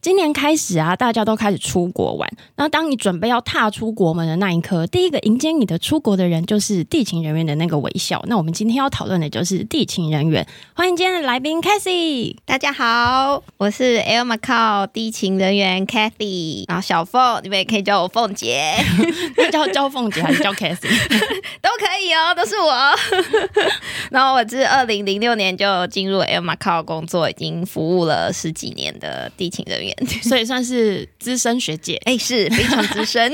今年开始啊，大家都开始出国玩。那当你准备要踏出国门的那一刻，第一个迎接你的出国的人就是地勤人员的那个微笑。那我们今天要讨论的就是地勤人员。欢迎今天的来宾 Cassie。大家好，我是 Air Macau 地勤人员 Kathy，然后小凤，你们也可以叫我凤姐，叫叫凤姐还是叫 Cassie？都可以哦，都是我。 然后我自二零零六年就进入 Air Macau 工作，已经服务了十几年的地勤人员， 所以算是资深学姐。哎，是非常资深。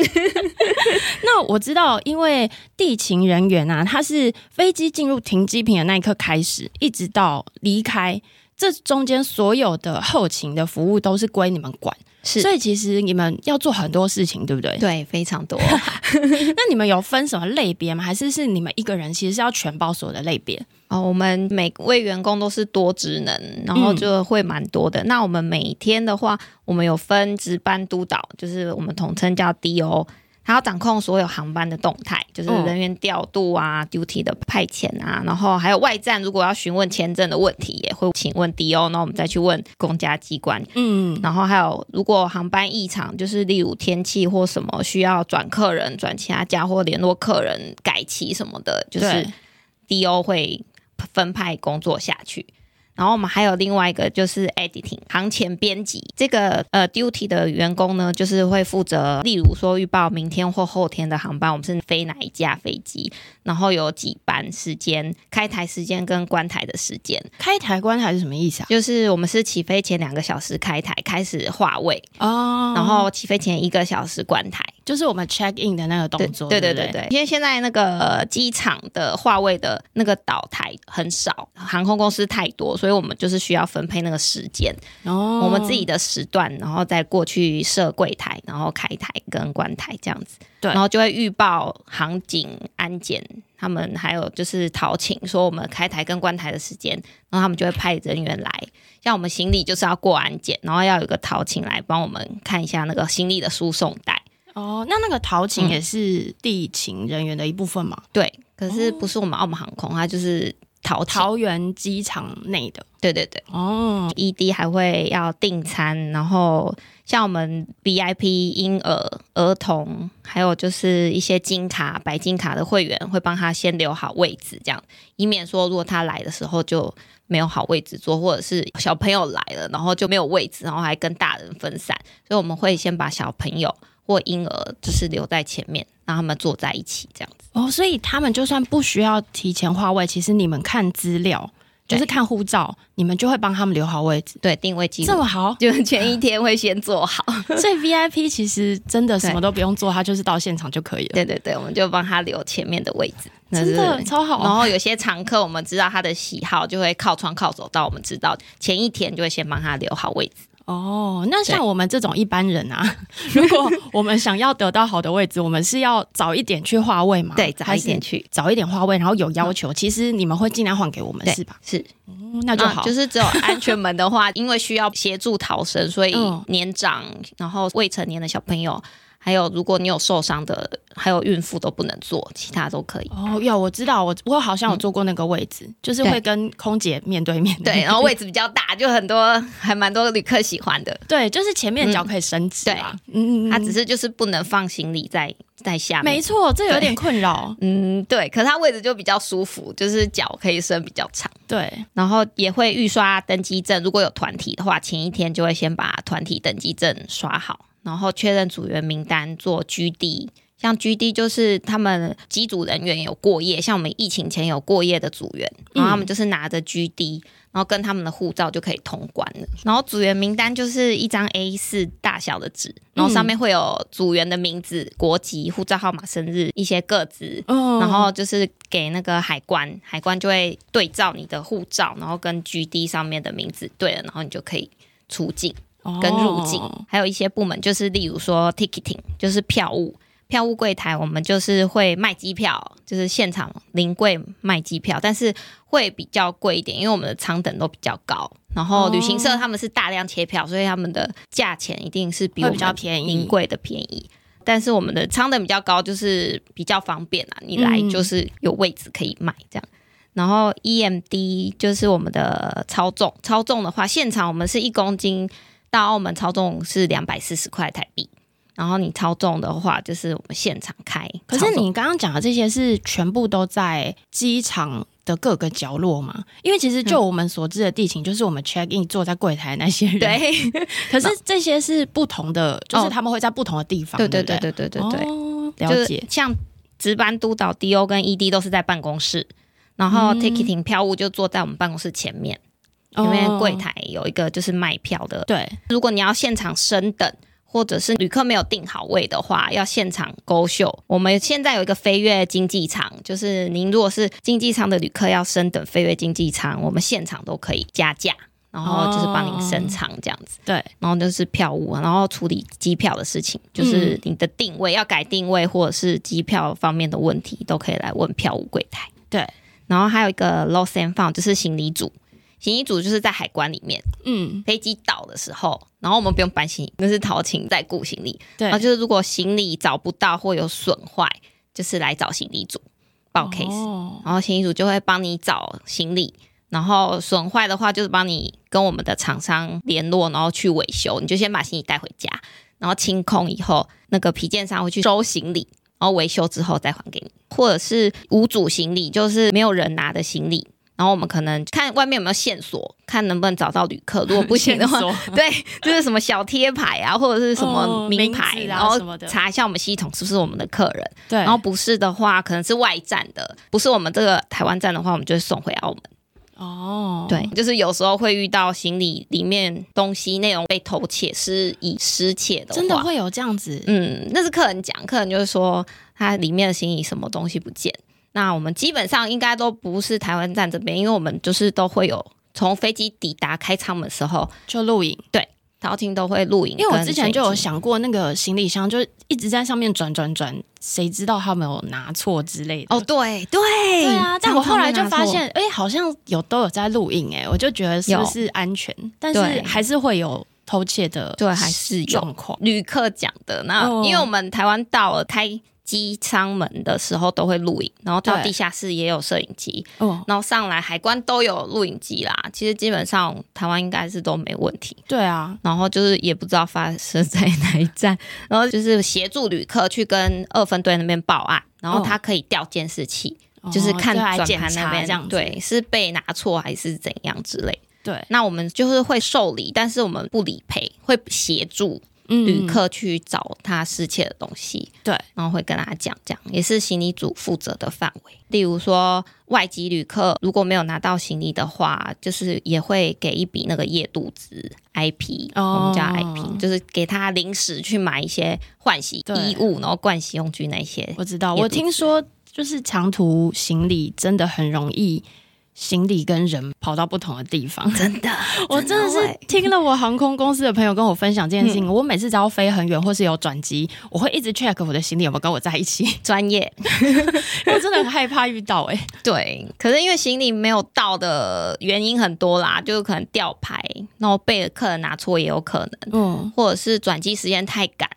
那我知道，因为地勤人员啊，他是飞机进入停机坪的那一刻开始，一直到离开，这中间所有的后勤的服务都是归你们管。是所以其实你们要做很多事情，对不对？对，非常多。那你们有分什么类别吗？还是是你们一个人其实是要全包所有的类别？哦，我们每位员工都是多职能，然嗯后就会蛮多的。那我们每天的话，我们有分值班督导，就是我们统称叫 DO，他要掌控所有航班的动态，就是嗯人员调度啊、duty 的派遣啊，然后还有外站如果要询问签证的问题，也会请问 DO，那我们再去问公家机关。嗯，然后还有，如果航班异常，就是例如天气或什么需要转客人、转其他家或联络客人改期什么的，就是对 DO 会分派工作下去。然后我们还有另外一个就是 editing 行前编辑，这个呃 duty 的员工呢，就是会负责，例如说预报明天或后天的航班，我们是飞哪一架飞机，然后有几班时间、开台时间跟关台的时间，开台关还是什么意思啊？就是我们是起飞前两个小时开台开始划位，哦然后起飞前一个小时关台。就是我们 check in 的那个对动作，对对对不对对，因为现在那个机场的话位的那个岛台很少，航空公司太多，所以我们就是需要分配那个时间，哦，我们自己的时段，然后再过去设柜台，然后开台跟关台这样子。对然后就会预报航警、安检，他们还有就是讨请说我们开台跟关台的时间，然后他们就会派人员来。像我们行李就是要过安检，然后要有一个讨请来帮我们看一下那个行李的输送带。哦，那那个陶勤也是地勤人员的一部分嘛？对，可是不是我们澳门航空，它就是淘淘。桃园机场内的对对对哦， ，ED 还会要订餐，然后像我们 VIP 婴儿、儿童，还有就是一些金卡、白金卡的会员，会帮他先留好位置，这样，以免说如果他来的时候就没有好位置坐，或者是小朋友来了，然后就没有位置，然后还跟大人分散，所以我们会先把小朋友或婴儿就是留在前面，让他们坐在一起，这样子。哦，所以他们就算不需要提前划位，其实你们看资料，就对是看护照，你们就会帮他们留好位置，对，定位记这录。。么好 就前一天会先做好， 所以 VIP 其实真的对什么都不用做，他就是到现场就可以了，对对对，我们就帮他留前面的位置，那真的是超好然啊。后有些常客，我们知道他的喜好，就会靠窗靠走到我们知道前一天就会先帮他留好位置。哦，那像我们这种一般人啊， 如果我们想要得到好的位置，我们是要早一点去划位嘛？对，早还一是点去。早一点划位，然后有要求，其实你们会尽量还给我们嗯对，是吧？？是，嗯那就好，就是只有安全门 的话，因为需要协助逃生，所以嗯年长，然后未成年的小朋友，还有如果你有受伤的，还有孕妇都不能坐，其他都可以。哦，有我知道，我我好像有坐过那个位置，就是会嗯对跟空姐面对面的那个。对，然后位置比较大，就很多还蛮多旅客喜欢的。对，就是前面脚可以伸直啊。嗯，嗯他只是是就是不能放行李在在下面没。错，这有点困扰。嗯，对，可是它位置就比较舒服，就是脚可以伸比较长，对，然后也会预刷登机证。如果有团体的话，前一天就会先把团体登机证刷好，然后确认组员名单做 GD。像 GD 就是他们机组人员有过夜，像我们疫情前有过夜的组员，然后他们就是拿着 GD，、然后跟他们的护照就可以通关了。然后组员名单就是一张 A 四大小的纸，然后上面会有组员的名字、国籍、护照号码、生日、一些个子，嗯然后就是给那个海关，海关就会对照你的护照，然后跟 GD 上面的名字对了，然后你就可以出境跟入境。哦还有一些部门就是例如说 ticketing，就是票务。票务柜台，我们就是会卖机票，就是现场临柜卖机票，但是会比较贵一点，因为我们的舱等都比较高，然后旅行哦社他们是大量切票，所以他们的价钱一定是比我会们比较便宜名贵的便宜。但是我们的舱等比较高，就是比较方便啊，你来嗯就是有位置可以买这样。然后 EMD 就是我们的超重，超重的话，现场我们是一公斤到澳门超重是两百四十块台币，然后你超重的话，就是我们现场开超可重。是你刚刚讲的这些是全部都在机场的各个角落吗？因为其实就嗯我们所知的地勤，就是我们 check in 坐在柜台那些人。。对哦可是这些是不同的，就是他们会在不同的地方。对对对对对对对不对，哦就了是解。像值班督导 DO 跟 ED 都是在办公室，然后嗯 ticketing 票务就坐在我们办公室前面，哦因为柜台有一个就是卖票的。对如果你要现场升等，或者是旅客没有订好位的话，要现场勾秀。我们现在有一个飞跃经济舱，就是您如果是经济舱的旅客要升等飞跃经济舱，我们现场都可以加价。然后就是帮您升舱这样子，对，然后就是票务，然后处理机票的事情，就是你的定位、要改定位或者是机票方面的问题，都可以来问票务柜台。对，然后还有一个 lost and found，就是行李组，行李组就是在海关里面，嗯，飞机倒的时候，然后我们不用搬行李，那是陶琴在顾行李。对然后，就是如果行李找不到或有损坏，就是来找行李组报 case，、哦然后行李组就会帮你找行李。然后损坏的话，就是帮你跟我们的厂商联络，然后去维修。你就先把行李带回家，然后清空以后，那个皮件商会去收行李，然后维修之后再还给你，或者是无主行李，就是没有人拿的行李。然后我们可能看外面有没有线索，看能不能找到旅客。如果不行的话，线索对， 就是什么小贴牌啊，或者是什么哦名名牌，字啊然后什么的查一下我们系统是不是我们的客人。对，然后不是的话，可能是外站的，不是我们这个台湾站的话，我们就会送回澳门。哦，对，就是有时候会遇到行李里面东西内容被偷窃、失以失窃的话，真的会有这样子。嗯，那是客人讲，客人就是说他里面的行李什么东西不见。那我们基本上应该都不是台湾站这边，因为我们就是都会有从飞机抵达开舱门的时候，就录影，陶青都会录影。因为我之前就有，想过，那个行李箱就是一直在上面转转转，谁知道他们有拿错之类的。哦，对对对啊，但我后来就常发常会拿错现，哎、好像有都有在录影、哎，我就觉得是不是安全？但是对还是会有偷窃的，对还是有状况。旅客讲的。那、哦因为我们台湾到了开机舱门的时候都会录影，然后到对地下室也有摄影机，哦，然后上来海关都有录影机啦。其实基本上台湾应该是都没问题。对啊，然后就是也不知道发生在哪一站， 然后就是协助旅客去跟二分队那边报案，然后他可以调监视器，就是哦看来转检盘那查边这样子。对是被拿错还是怎样之类。对，那我们就是会受理，但是我们不理赔，会协助嗯旅客去找他失窃的东西，对，然后会跟他讲，这样也是行李组负责的范围。例如说外籍旅客如果没有拿到行李的话，就是也会给一笔那个夜度值 IP，、哦我们叫 IP，就是给他临时去买一些换洗对衣物，然后盥洗用具那些。我知道，也我不听说就是长途行李真的很容易，行李跟人跑到不同的地方。 真的，我真的会嗯是听了我航空公司的朋友跟我分享这件事情，我每次只要飞很远或是有转机，我会一直 check 我的行李有没有跟我在一起， 专业。我真的很害怕遇到 哎、欸对，可是因为行李没有到的原因很多啦，就是可能吊牌，然后被客人拿错也有可能。嗯，或者是转机时间太赶。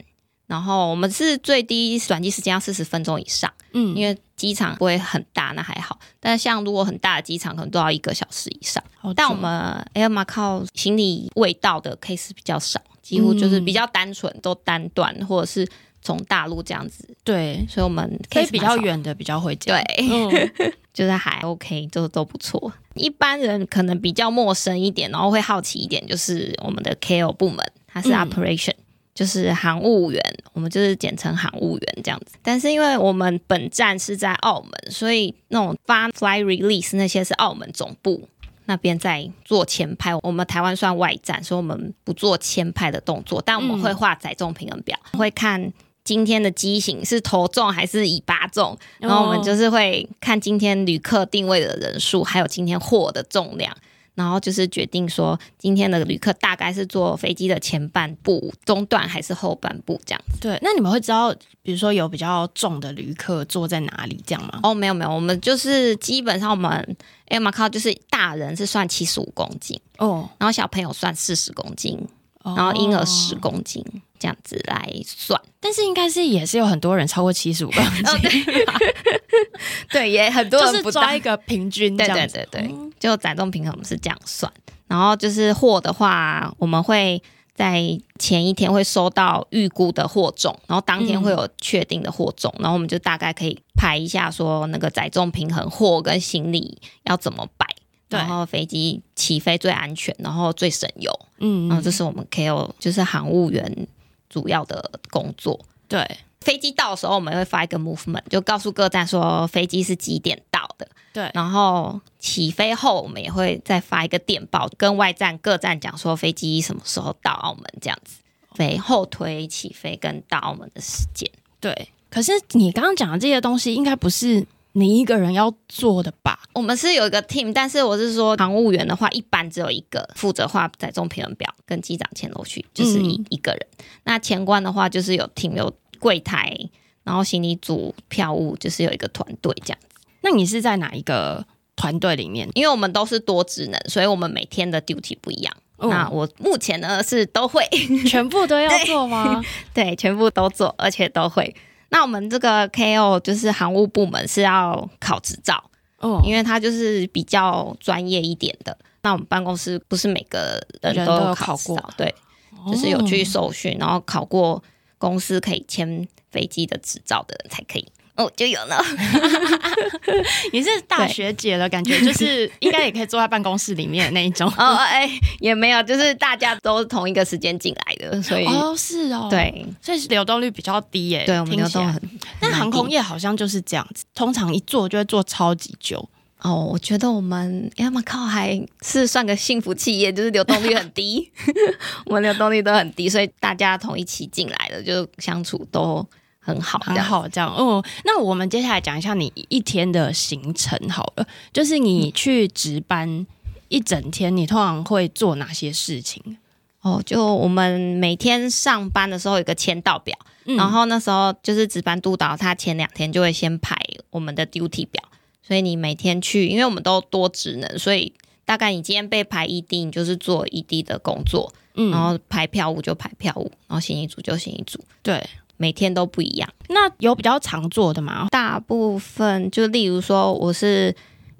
然后我们是最低转机时间要四十分钟以上，嗯因为机场不会很大，那还好。但是像如果很大的机场，可能都要一个小时以上。好但我久们 Air m a c a 行李味道的 case 比较少，几乎就是比较单纯，都单段或者是从大陆这样子，对，所以我们所以 case 比蛮较少。远的比较会讲，对，嗯， 就是还 OK，就都不错。一般人可能比较陌生一点，然后会好奇一点，就是我们的 KO 部门，它是嗯 operation，、就是航务员，我们就是简称航务员这样子。但是因为我们本站是在澳门，所以那种发 fly release 那些是澳门总部。那边在做前拍，我们台湾算外站，所以我们不做前拍的动作，但我嗯们会画载重平衡表，会看今天的机型是头重还是尾巴重，然后我们就是会看今天旅客定位的人数，还有今天货的重量，然后就是决定说今天的旅客大概是坐飞机的前半部、中段还是后半部这样子。对，那你们会知道，比如说有比较重的旅客坐在哪里这样吗？哦，没有没有，我们就是基本上我们 Air Macau 就是大人是算七十五公斤，哦，然后小朋友算四十公斤，然后婴儿十公斤这样子来算。但是应该是也是有很多人超过七十五公 哦，斤，对， 对，也很多就人是不抓到一个平均这对样对子。对对嗯，就载重平衡是这样算。然后就是货的话，我们会在前一天会收到预估的货重，然后当天会有确定的货重，然后我们就大概可以排一下说那个载重平衡货跟行李要怎么摆，对然后飞机起飞最安全，然后最省油，嗯，然后这是我们 KO 就是航务员主要的工作。对飞机到的时候，我们会发一个 movement，就告诉各站说飞机是几点到的。对然后起飞后，我们也会再发一个电报，跟外站各站讲说飞机什么时候到澳门这样子，对，后推起飞跟到澳门的时间。对。可是你刚刚讲的这些东西，应该不是你一个人要做的吧？我们是有一个 team，但是我是说航务员的话，一般只有一个负责画载重平衡表跟机长签楼序，就是一、嗯一个人。那前关的话，就是有 team 有柜台，然后行李组、票务，就是有一个团队这样。那你是在哪一个团队里面？因为我们都是多职能，所以我们每天的 duty 不一样。哦那我目前呢是都会，全部 都要做吗？对，全部都做，而且都会。那我们这个 KO 就是航务部门是要考执照，哦，因为它就是比较专业一点的。那我们办公室不是每个人人都都有有考考执过照，对，就是有哦去受训，然后考过公司可以签飞机的执照的人才可以。哦，就有了。你是大对。学姐了，感觉就是应该也可以坐在办公室里面的那一种 哦，哎、也没有，就是大家都是同一个时间进来的，所以、 哦，是哦，，对所以流动率比较低耶、对，我们听流起动来很。但航空业。业好像就是这样子，通常一坐就会坐超级久。哦，我觉得我们要么靠还是算个幸福企业，就是流动率很低， 我们流动率都很低，所以大家同一起进来的，就相处都很好，这很样。好，这样哦。那我们接下来讲一下你一天的行程好了，就是你去值班一整天，你通常会做哪些事情？哦，就我们每天上班的时候有一个签到表，嗯然后那时候就是值班督导，他前两天就会先排我们的 duty 表，所以你每天去，因为我们都多职能，所以大概你今天被排 ED，你就是做 ED 的工作，然嗯，后排票务就排票务，然后行一组就行一组，对。每天都不一样。那有比较常做的吗？大部分就例如说我是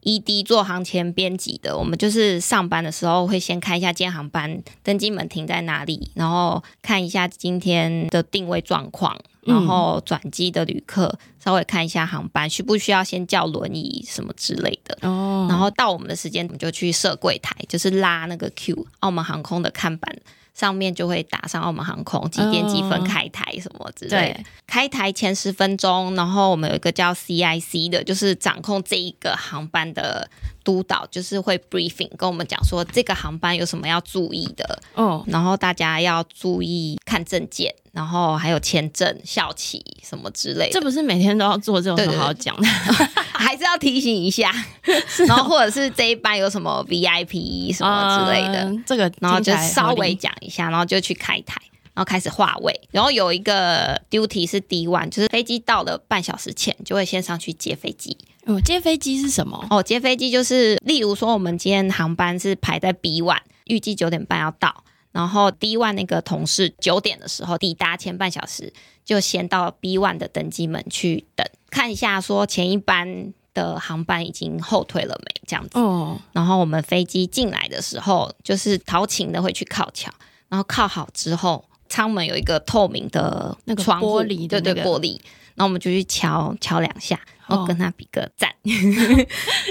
E ED 做行前编辑的，我们就是上班的时候会先看一下今天航班登机门停在哪里，然后看一下今天的定位状况，嗯然后转机的旅客稍微看一下航班需不需要先叫轮椅什么之类的。哦然后到我们的时间，我们就去设柜台，就是拉那个 Q 澳门航空的看板，上面就会打上澳门航空几点几分嗯开台什么之类的。对，开台前十分钟，然后我们有一个叫 CIC 的，就是掌控这一个航班的督导，就是会 briefing 跟我们讲说这个航班有什么要注意的，哦，然后大家要注意看证件，然后还有签证、校旗什么之类的，这不是每天都要做，这有什么对对好讲的？还是要提醒一下。然后或者是这一班有什么 VIP 什么之类的，嗯这个呃然后听起就来稍合微理讲一下，然后就去开台，然后开始划位。然后有一个 duty 是 D one，就是飞机到了半小时前就会先上去接飞机。哦，接飞机是什么？哦，接飞机就是例如说我们今天航班是排在 B one，预计九点半要到。然后 D one 那个同事九点的时候抵达前半小时，就先到 B one 的登机门去等，看一下说前一班的航班已经后退了没这样子。哦，然后我们飞机进来的时候，就是逃勤的会去靠墙，然后靠好之后，舱门有一个透明的那个窗户玻璃的那对个对，玻璃。然后我们就去敲敲两下，然后哦跟他比个赞。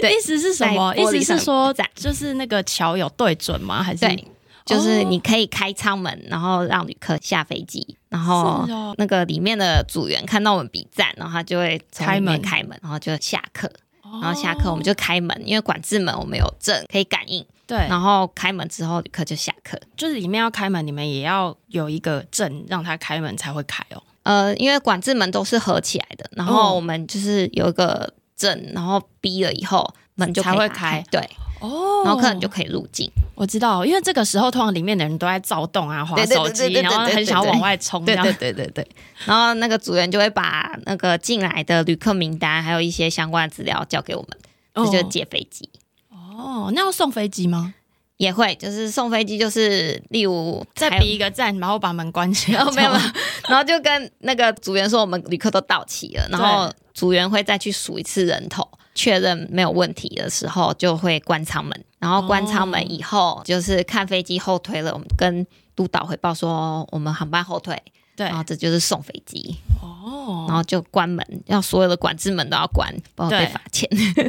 对意思是什么？在意玻璃思上是说展，就是那个桥有对准吗？还是对，就是哦你可以开舱门，然后让旅客下飞机，然后是哦那个里面的组员看到我们比赞，然后他就会从开里面门哦开门，然后就下课，然然后下课我们就开门，因为管制门我们有证可以感应，对，然后开门之后旅客就下课。就是里面要开门，你们也要有一个证让他开门才会开哦。呃，因为管制门都是合起来的，然后我们就是有一个证，然后逼了以后门就可以才会打开开。对，哦然后可能就可以入境。我知道，因为这个时候通常里面的人都在躁动啊，划对对手对机，对对然后很对对想要对往外冲，对这样对对对对。然后那个组员就会把那个进来的旅客名单，还有一些相关的资料交给我们，这就是哦借飞机。哦，那要送飞机吗？也会，就是送飞机，就是例如再台比一个赞，然后把门关起来，哦，这没有没样有吗，然后就跟那个组员说，我们旅客都到齐了，然后组员会再去数一次人头，确认没有问题的时候，就会关舱门。然后关舱哦门以后，就是看飞机后推了，我们跟督导汇报说我们航班后退，对然后这就是送飞机，然哦，后就关门，要所有的管制门都要关，不然会被对嗯罚钱。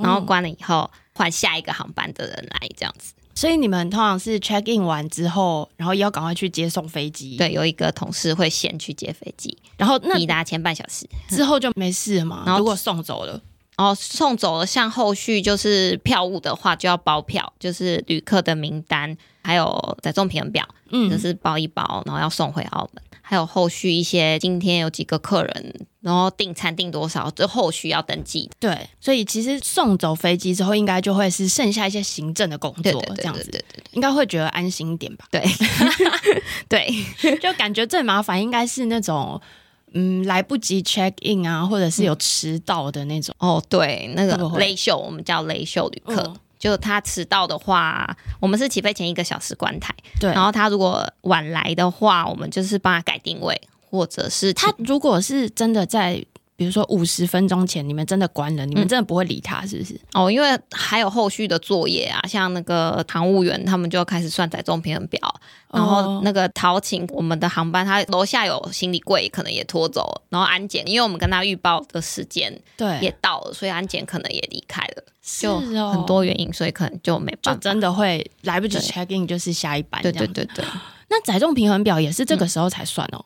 然后关了以后，换下一个航班的人来这样子。所以你们通常是 check in 完之后，然后要赶快去接送飞机，，对，有一个同事会先去接飞机，然后那抵达前半小时。之后就没事了嘛？然后如果送走了，哦，送走了，像后续就是票务的话，就要包票，就是旅客的名单，还有载重评表，嗯，就是包一包，然后要送回澳门。还有后续一些，今天有几个客人，然后订餐订多少，这后续要登记。对，所以其实送走飞机之后，应该就会是剩下一些行政的工对作对，对这对样对子对应该会觉得安心一点 吧。对对 就感觉最麻烦应该是那种，嗯，来不及 check in 啊，或者是有迟到的那种。哦对，那会不个会雷秀，我们叫雷秀旅客，嗯就他迟到的话，我们是起飞前一个小时关台，对，然后他如果晚来的话，我们就是帮他改定位，或者是他如果是真的在，比如说五十分钟前，你们真的关了，你们真的不会理他，是不是？哦，因为还有后续的作业啊，像那个航务员他们就要开始算载重平衡表，哦然后那个陶琴我们的航班，他楼下有行李柜，可能也拖走了，然后安检，因为我们跟他预报的时间也对，到了，所以安检可能也离开了，是就哦，很多原因，所以可能就没就办法。真的会来不及对 check in，就是下一班这对样。对对对，那载重平衡表也是这个时候才算哦。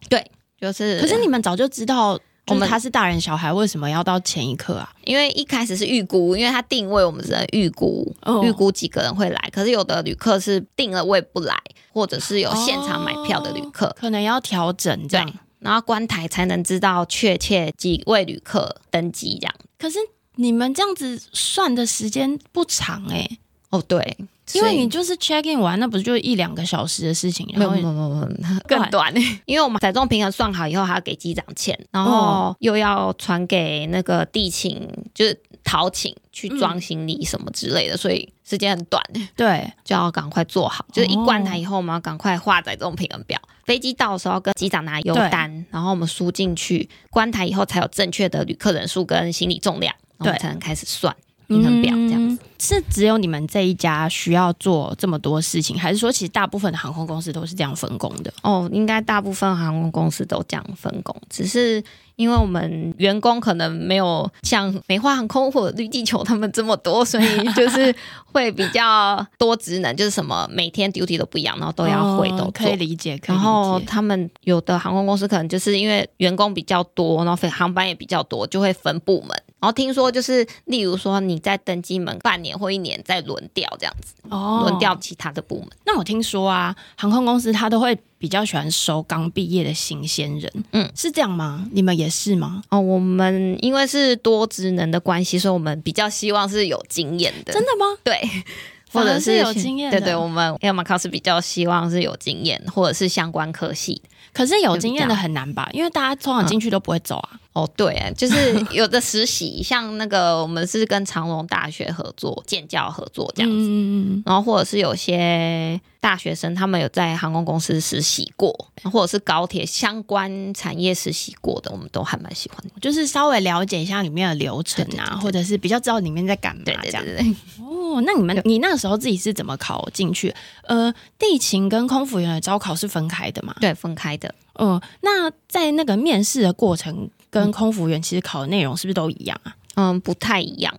就是可是你们早就知道，我我们们他是大人小孩，为什么要到前一刻啊？因为一开始是预估，因为他定位我们只能预估，哦预估几个人会来，可是有的旅客是定了位不来，或者是有现场买票的旅客，可能要调整这样对。然后观台才能知道确切几位旅客登机这样。可是你们这样子算的时间不长哎、哦，对，因为你所就是 check in 完，那不就一两个小时的事情？以然没有后没有没有没有更短， 因为我们载重平衡算好以后，还要给机长签，然后又要传给那个地勤，就是陶勤去装行李什么之类的，所以时间很短，对，嗯就要赶快做好。就是一关台以后，我们要赶快画载重平衡表。飞机到的时候跟机长拿邮单，然后我们输进去，关台以后才有正确的旅客人数跟行李重量，然后我们对才能开始算平衡表这样子。嗯是只有你们这一家需要做这么多事情，还是说其实大部分的航空公司都是这样分工的？哦，应该大部分航空公司都这样分工，只是因为我们员工可能没有像美化航空或者绿地球他们这么多，所以就是会比较多职能，就是什么每天 duty 都不一样，然后都要会嗯都可做以。理解，可以然理后解。他们有的航空公司可能就是因为员工比较多，然后飞航班也比较多，就会分部门。然后听说就是，例如说你在登机门半年或一年再轮调这样子，哦轮调其他的部门。那我听说啊，航空公司他都会比较喜欢收刚毕业的新鲜人，嗯嗯，是这样吗？你们也是吗？哦，我们因为是多职能的关系，所以我们比较希望是有经验的，真的吗？对， 反或而者是有经验对的对，我们 L 马考是比较希望是有经验，或者是相关科系。可是有就比经验的较很难吧？因为大家通常进去都不会走啊。哦，对， 就是有的实习，像那个我们是跟长隆大学合作，建教合作这样子。嗯嗯嗯然后，或者是有些大学生，他们有在航空公司实习过，或者是高铁相关产业实习过的，我们都还蛮喜欢的。嗯，就是稍微了解一下里面的流程啊，对对对对或者是比较知道里面在干嘛对对这对样。对对，哦，那你们你那时候自己是怎么考进去？呃，地勤跟空服员的招考是分开的嘛？对分开的。嗯、那在那个面试的过程跟空服员其实考的内容是不是都一样啊？嗯，不太一样。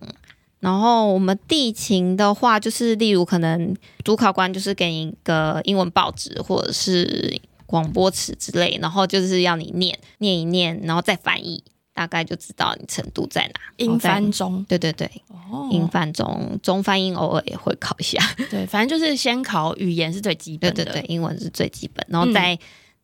然后我们地勤的话，就是例如可能主考官就是给你一个英文报纸或者是广播词之类，然后就是要你念念一念，然后再翻译，大概就知道你程度在哪。英然后翻再，中对对对，哦英翻中中翻英偶尔也会考一 下。对，反正就是先考语言是最基对本的。嗯对对，英文是最基本，然后再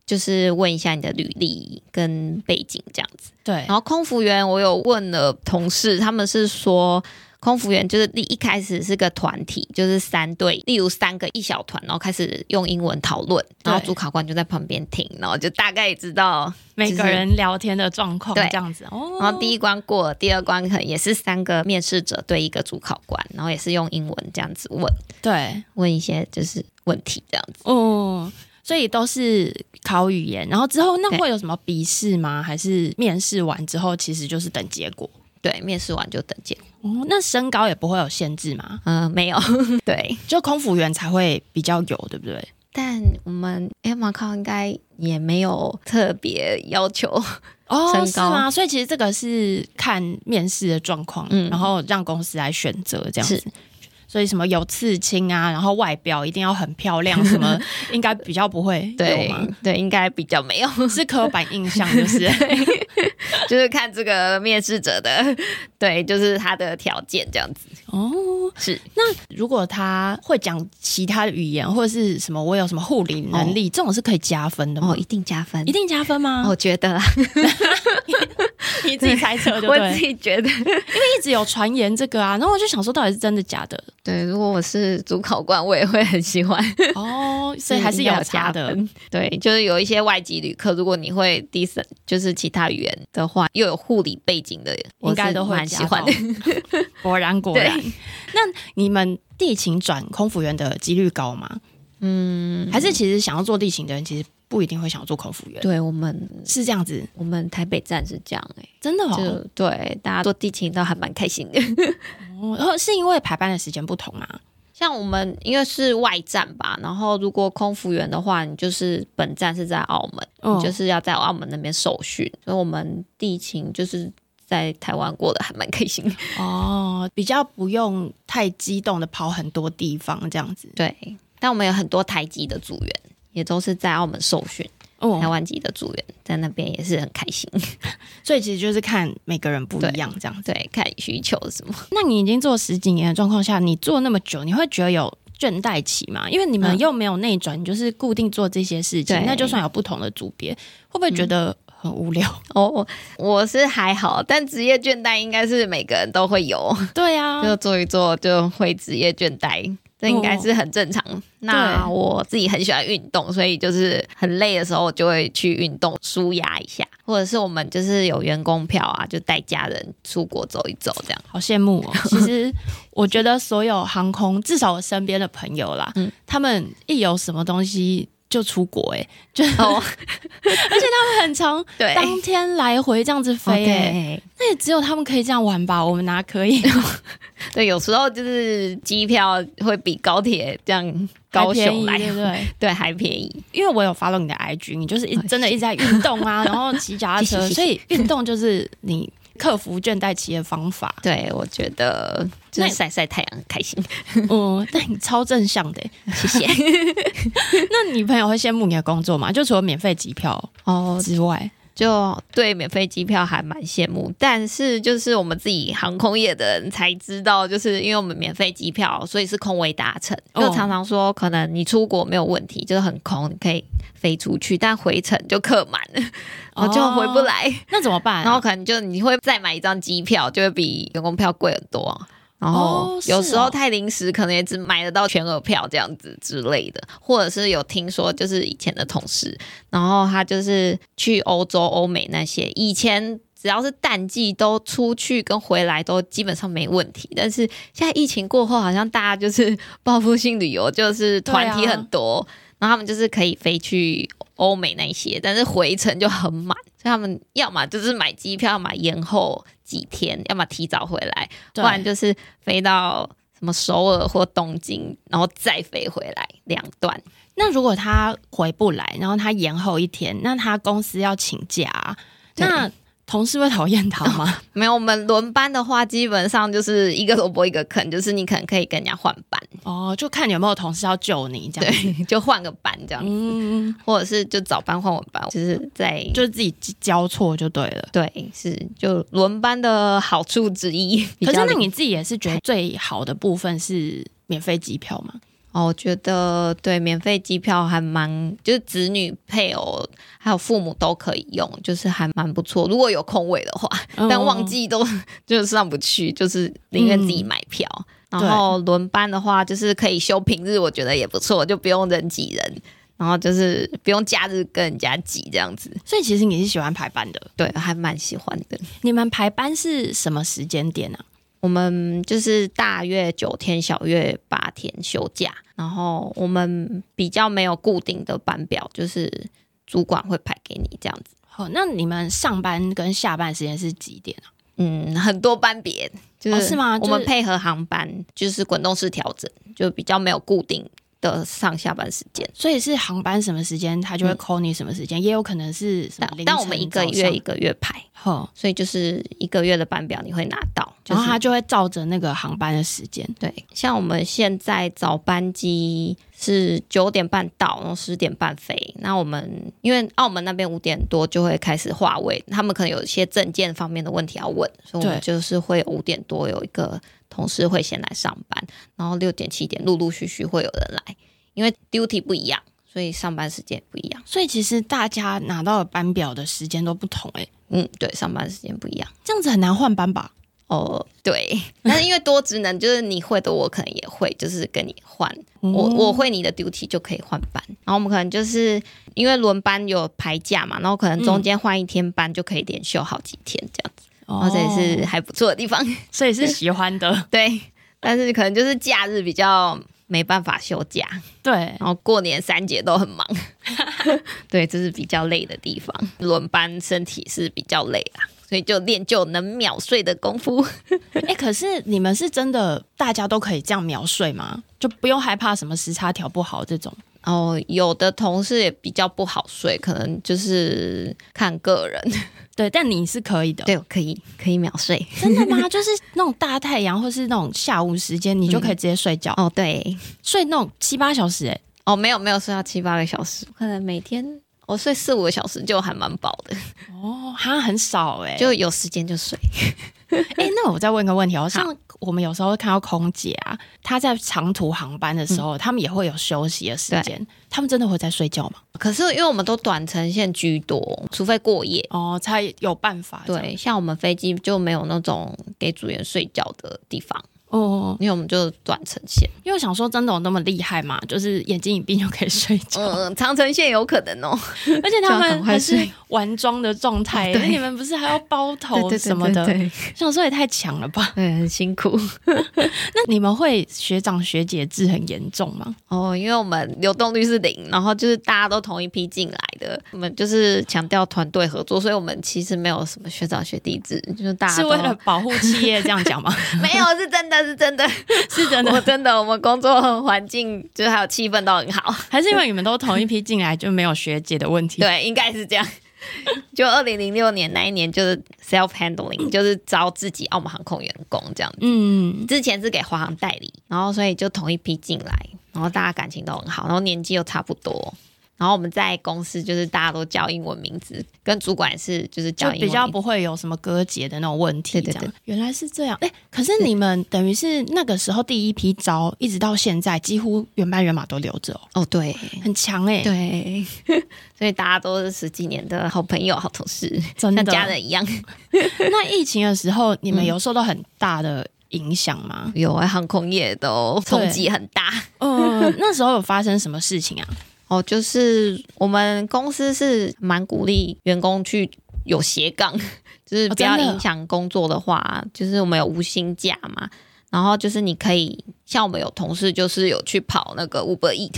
就是问一下你的履历跟背景这样子。对然后空服员，我有问了同事，他们是说空服员就是一一开始是个团体，就是三队，例如三个一小团，然后开始用英文讨论，然后主考官就在旁边听，然后就大概也知道。每个人聊天的状况对这样子哦。然后第一关过了，第二关可能也是三个面试者对一个主考官，然后也是用英文这样子问对，问一些就是问题这样子。哦，所以都是考语言，然后之后那对会有什么笔试吗？还是面试完之后其实就是等结果？对，面试完就等结果。哦，那身高也不会有限制吗？嗯、没有。 对，就空服员才会比较有，对不对？但我们 A 马考应该也没有特别要求。哦身高是吗？所以其实这个是看面试的状况，嗯然后让公司来选择这样子是。所以什么有刺青啊，然后外表一定要很漂亮，什么应该比较不会有 对吗？对，应该比较没有， 是刻板印象，就是。就是看这个面试者的，对，就是他的条件这样子。哦，是如果他会讲其他的语言或者是什么，我有什么护理能力，这种是可以加分的吗？哦，一定加分哦一。定加分吗？我觉得 啦，你自己猜测就我自对。己觉得，一直有传言这个啊，然后我就想说，到底是真的假的？对，如果我是主考官，我也会很喜欢， 哦， 所以还是应该有有差的。分。对，就是有一些外籍旅客，如果你会第三，就是其他语言的话，又有护理背景的，应我是该都会蛮加喜欢的。到。 果然果然，那你们地勤转空服员的几率高吗？嗯，还是其实想要做地勤的人，其实不一定会想要做空服员，对我们，是这样子，我们台北站是这样哎、真的就、哦。对大家做地勤都还蛮开心的。哦然后是因为排班的时间不同嘛？像我们因为是外站吧，然后如果空服员的话，你就是本站是在澳门，嗯你就是要在澳门那边受训，所以我们地勤就是在台湾过得还蛮 开心的。哦，比较不用太激动的跑很多地方这样子。对，但我们有很多台籍的组员，也都是在澳门受训，台哦，湾籍的组员在那边也是很开 心。所以其实就是看每个人不一样这样子。对，看需求什么。那你已经做十几年的状况下，你做那么久，你会觉得有倦怠期吗？因为你们嗯又没有内转，你就是固定做这些事情对，那就算有不同的组别，会不会觉得很无 聊？哦，我是还好，但职业倦怠应该是每个人都会有。对啊，就做一做就会职业倦怠，这应该哦是很正常。那我自己很喜欢运动，所以就是很累的时候，我就会去运动舒压一下，或者是我们就是有员工票啊，就带家人出国走一走这样。好羡慕哦！其实我觉得所有航空，至少我身边的朋友啦，嗯他们一有什么东西就出国、欸，就、哦很常 对，当天来回这样子哦飞、欸，对那也只有他们可以这样玩吧？我们哪可 以？对，有时候就是机票会比高铁这样高雄还来，便宜对不对？对还便宜。 因为我有 follow 你的 IG，你就是一哎真的一直在运动啊，然后骑脚踏 谢车，谢谢谢。所以运动就是你克服倦怠期的方法对，我觉得就那是晒晒太阳很开心， 嗯，但你超正向的欸、谢谢。那你朋友会羡慕你的工作吗？就除了免费机票哦，之外，就对免费机票还蛮羡慕，但是就是我们自己航空业的人才知道，就是因为我们免费机票，所以是空位达成。哦就常常说，可能你出国没有问题，就是很空，你可以飞出去，但回程就客满了，然哦 后就回不来，那怎么办啊、然后可能就你会再买一张机票，就会比员工票贵很多。然哦后是哦有时候太临时，可能也只买得到全额票这样子之类的，或者是有听说就是以前的同事，然后他就是去欧洲、欧美那些，以前只要是淡季都出去跟回来都基本上没问题，但是现在疫情过后，好像大家就是报复性旅游，就是团体对啊很多，然后他们就是可以飞去欧美那一些，但是回程就很满，所以他们要么就是买机票，要么延后几天，要么提早回来，不对然就是飞到什么首尔或东京，然后再飞回来两段。那如果他回不来，然后他延后一天，那他公司要请假啊、对那同事会讨厌他吗？没有，我们轮班的话，基本上就是一个萝卜一个坑，就是你可能可以跟人家换班， 哦，就看有没有同事要救你这样子。对，就换个班这样，嗯，或者是就早班换晚班，就是在就自己交错就对了。对，是就轮班的好处之一。可比是较那灵你自己也是觉得最好的部分是免费机票吗？哦，我觉得对，免费机票还蛮，就是子女、配偶还有父母都可以用，就是还蛮不错。如果有空位的话，但旺季都 就是上不去，就是宁愿自己买票。然后轮班的话，就是可以休平日，我觉得也不错，就不用人挤人，然后就是不用假日跟人家挤这样子。嗯所以其实你是喜欢排班的。对，还蛮喜欢的。你们排班是什么时间点啊？我们就是大月九天，小月八天休假，然后我们比较没有固定的班表，就是主管会排给你这样子。哦，那你们上班跟下班时间是几点啊？嗯，很多班别就是、哦是吗就是我们配合航班，就是滚动式调整，就比较没有固定的上下班时间。所以是航班什么时间，他就会嗯 call 你什么时间，也有可能是什么但凌晨但我们一个早月上一个月排，哦，所以就是一个月的班表你会拿到，就然是后他就会照着那个航班的时间。对，像我们现在早班机是九点半到，然后十点半飞。那我们因为澳门那边五点多就会开始化位，他们可能有一些证件方面的问题要问，所以我们对就是会五点多有一个同事会先来上班，然后六点七点陆陆续续会有人来，因为 duty 不一样，所以上班时间也不一样。所以其实大家拿到的班表的时间都不同、欸，嗯，对，上班时间不一样。这样子很难换班吧？哦，对，但是因为多职能，就是你会的我可能也会，就是跟你换，我嗯我会你的 duty 就可以换班，然后我们可能就是因为轮班有排假嘛，然后可能中间换一天班就可以连休好几天这样子，哦然后这也是，还不错的地方，所以是喜欢的， 对，但是可能就是假日比较。没办法休假，对，然后过年三节都很忙， 对，这是比较累的地方。轮班身体是比较累啦，所以就练就能秒睡的功夫。哎、可是你们是真的大家都可以这样描睡吗？就不用害怕什么时差调不好这种？哦，有的同事也比较不好睡，可能就是看个人。对，但你是可以的，对，我可以可以秒睡。真的吗？就是那种大太阳或是那种下午时间，你就可以直接睡觉， 哦，对，睡那种七八小时、欸，哦，没有没有睡到七八个小时，可能每天我睡四五个小时就还蛮饱的，哦，哈，很少、欸，哎，就有时间就睡。哎、那我再问个问题哦，像我们有时候会看到空姐啊，她在长途航班的嗯时候，她、们也会有休息的时间，她们真的会在睡觉吗？可是因为我们都短程线居多，除非过夜。哦，才有办法。对，像我们飞机就没有那种给组员睡觉的地方，哦，因为我们就短程线。因为我想说，真的有那么厉害吗？就是眼睛一闭就可以睡觉，嗯，长程线有可能哦。 而且他就要赶们快还是睡完妆的状态， 对你们不是还要包哦头什么的？对，想说也太强了 吧？对，很辛苦。那你们会学长学姐制很严重吗？哦，因为我们流动率是零，然后就是大家都同一批进来的，我们就是强调团队合作，所以我们其实没有什么学长学弟制，就是大家是都为了保护企业这样讲吗？ 没有是真的是真的， 是真我的，真的我们工作环境就是还有气氛都很 好，还是因为你们都同一批进来就没有学姐的问题？对，应该是这样。就二零零六年那一年，就是 self handling，就是招自己澳门航空员工这样子。嗯，之前是给华航代理，然后所以就同一批进来，然后大家感情都很好，然后年纪又差不多，然后我们在公司就是大家都叫英文名字，跟主管也是就是就叫英文比较名字不会有什么割节的那种问题。对这对样原来是这样。哎、可是你们等于是那个时候第一批招，一直到现在，几乎原班原马都留着、哦，哦，对很强哎、对，所以大家都是十几年的好朋友、好同事，真的像家嗯人一样。那疫情的时候，你们有受到很大的影响吗？有啊，航空业都冲击很大。嗯、那时候有发生什么事 情啊？哦，就是我们公司是蛮鼓励员工去有斜杠， 就是哦不要真的影响工作的话，就是我们有无薪假嘛。然后就是你可以，像我们有同事就是有去跑那个 Uber E，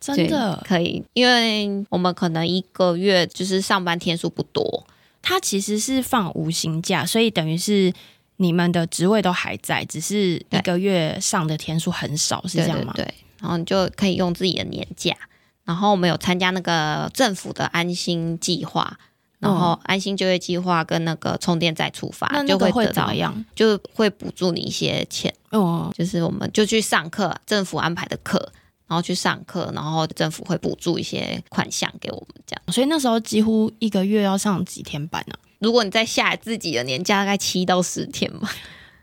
真的，可以，因为我们可能一个月就是上班天数不多，他其实是放无薪假，所以等于是。你们的职位都还在，只是一对个月上的天数很少，是这样吗？对对对，然后你就可以用自己的年假。然后我们有参加那个政府的安心计划，然后安心就业计划跟那个充电再出发，嗯那那个就会得怎到么样？就会补助你一些钱，哦，就是我们就去上课，政府安排的课，然后去上课，然后政府会补助一些款项给我们这样。所以那时候几乎一个月要上几天班啊？如果你再下自己的年假，大概七到十天吧，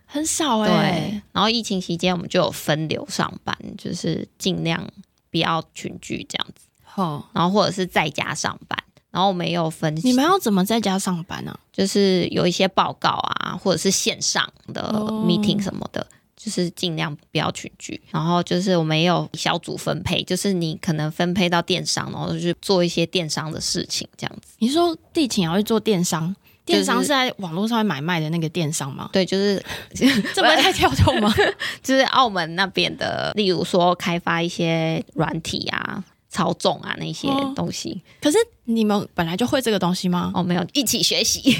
很少哎、对，然后疫情期间我们就有分流上班，就是尽量不要群聚这样子，好，然后或者是在家上班。然后我们也有分，你们要怎么在家上班啊？就是有一些报告啊，或者是线上的哦 meeting 什么的。就是尽量不要群聚，然后就是我们也有小组分配，就是你可能分配到电商，然后就去做一些电商的事情，这样子。你说地勤要去做电商，就是电商是在网络上面买卖的那个电商 吗？对，就是这不会太跳动 吗？就是澳门那边的，例如说开发一些软体啊、操纵啊那些哦东西，可是你们本来就会这个东西吗？哦，没有一起学习，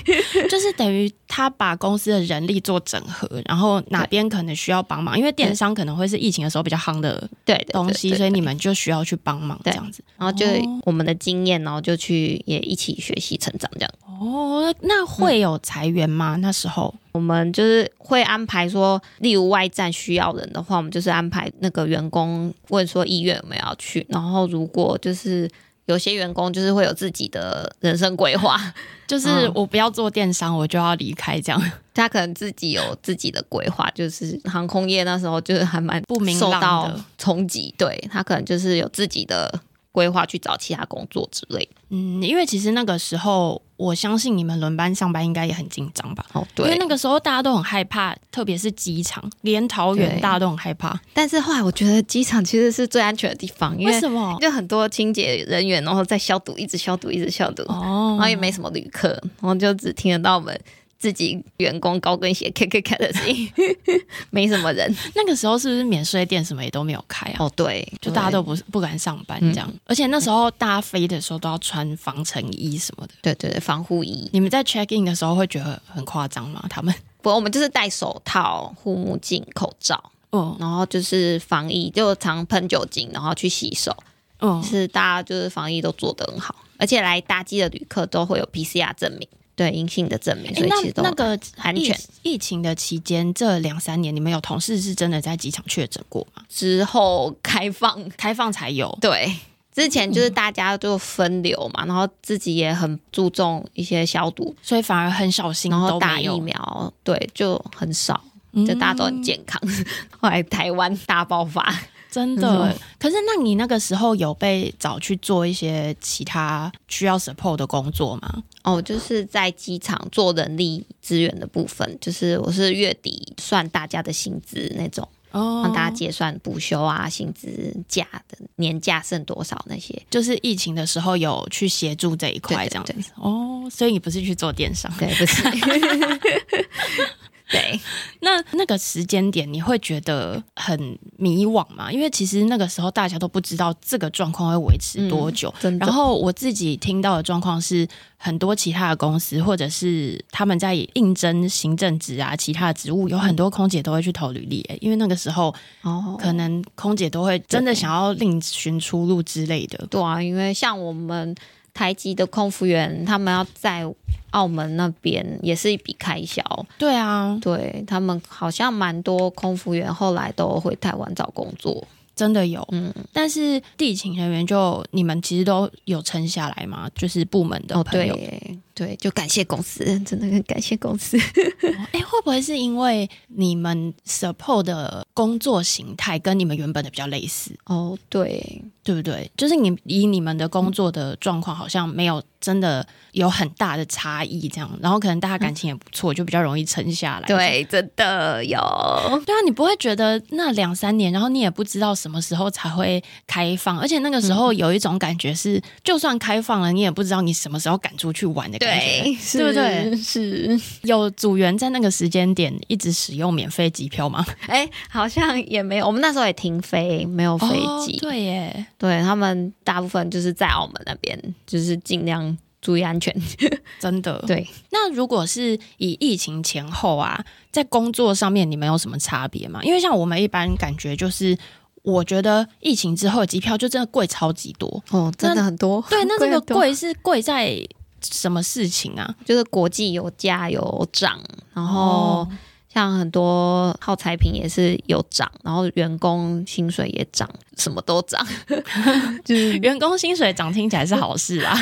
就是等于他把公司的人力做整合，然后哪边可能需要帮忙，因为电商可能会是疫情的时候比较夯的对对对东西，对所以你们就需要去帮忙这对样子。然后就哦我们的经验，然后就去也一起学习成长这样。哦，那那嗯会有裁员吗？那时候我们就是会安排说，例如外站需要人的话，我们就是安排那个员工问说医院有没有要去，然后如果就是有些员工就是会有自己的人生规划， 嗯就是我不要做电商，我就要离开这样。 他可能自己有自己的规划，就是航空业那时候就是还蛮不明受朗到的冲击，对他可能就是有自己的规划去找其他工作之类的。嗯，因为其实那个时候，我相信你们轮班上班应该也很紧张吧？哦，因为那个时候大家都很害怕，特别是机场，连桃园对大家都很害怕。但是后来我觉得机场其实是最安全的地方，因 为为什么？就很多清洁人员，然后在消毒，一直消毒，一直消毒，哦然后也没什么旅客，然后就只听得到我们自己员工高跟鞋 咔咔咔的声音， 没什么人。那个时候是不是免税店什么也都没有开啊？哦，对，嗯就大家都不是不敢上班这样，而且那时候大家飞的时候都要穿防尘衣什么的。对对对防护衣，你们在 check in 的时候会觉得很夸张吗？他们不，我们就是戴手套、护目镜、口罩，哦然后就是防疫，就常喷酒精，然后去洗手， 哦，是大家就是防疫都做得很好，而且来搭机的旅客都会有 PCR 证明，对阴性的证明，所诶以那其实都那个安疫全。疫情的期间，这两三年你们有同事是真的在机场确诊过吗？之后开放，开放才有对，之前就是大家就分流嘛，然后自己也很注重一些消毒，所以反而很小心，然后嗯都打没疫有，苗，对，就很少，嗯就大家都很健康。 后来台湾大爆发， 嗯真的。可是，那你那个时候有被找去做一些其他需要 support 的工作吗？哦，就是在机场做人力资源的部分，就是我是月底算大家的薪资那种，哦帮大家结算补休啊、薪资假的年假剩多少那些。就是疫情的时候有去协助这一块对对这样子对哦，所以你不是去做电商？对，不是。 对， 那那个时间点你会觉得很迷惘吗？因为其实那个时候大家都不知道这个状况会维持多久。嗯真的然后我自己听到的状况是，很多其他的公司或者是他们在应征行政职啊，其他的职务，有很多空姐都会去投履历、欸因为那个时候哦，可能空姐都会真的想要另寻出路之类的。对啊，因为像我们台籍的空服员，他们要在澳门那边也是一笔开销。对啊，对他们好像蛮多空服员后来都回台湾找工作。真的有，嗯，但是地勤人员就你们其实都有撑下来嘛，就是部门的哦，朋对友。耶对，就感谢公司，真的很感谢公司。哎、会不会是因为你们 support 的工作形态跟你们原本的比较类似，哦，对，对不对？就是你以你们的工作的状况，好像没有真的有很大的差异，这样，然后可能大家感情也不错，就比较容易撑下来。。对，真的有。对啊，你不会觉得那两三年，然后你也不知道什么时候才会开放，而且那个时候有一种感觉是，就算开放了，你也不知道你什么时候赶出去玩的感觉。对，对不是对？是，有组员在那个时间点一直使用免费机票吗？哎、好像也没有，我们那时候也停飞，没有飞机。哦对耶，对他们大部分就是在澳门那边，就是尽量注意安全。真的。对，那如果是以疫情前后啊，在工作上面你们有什么差别吗？因为像我们一般感觉就是，我觉得疫情之后机票就真的贵超级多。哦，真的很多。对，那这个很 多，贵是贵在什么事情啊？就是国际油价有涨，然后哦像很多耗材品也是有涨，然后员工薪水也涨，什么都涨， 就是员工薪水涨听起来是好事啊。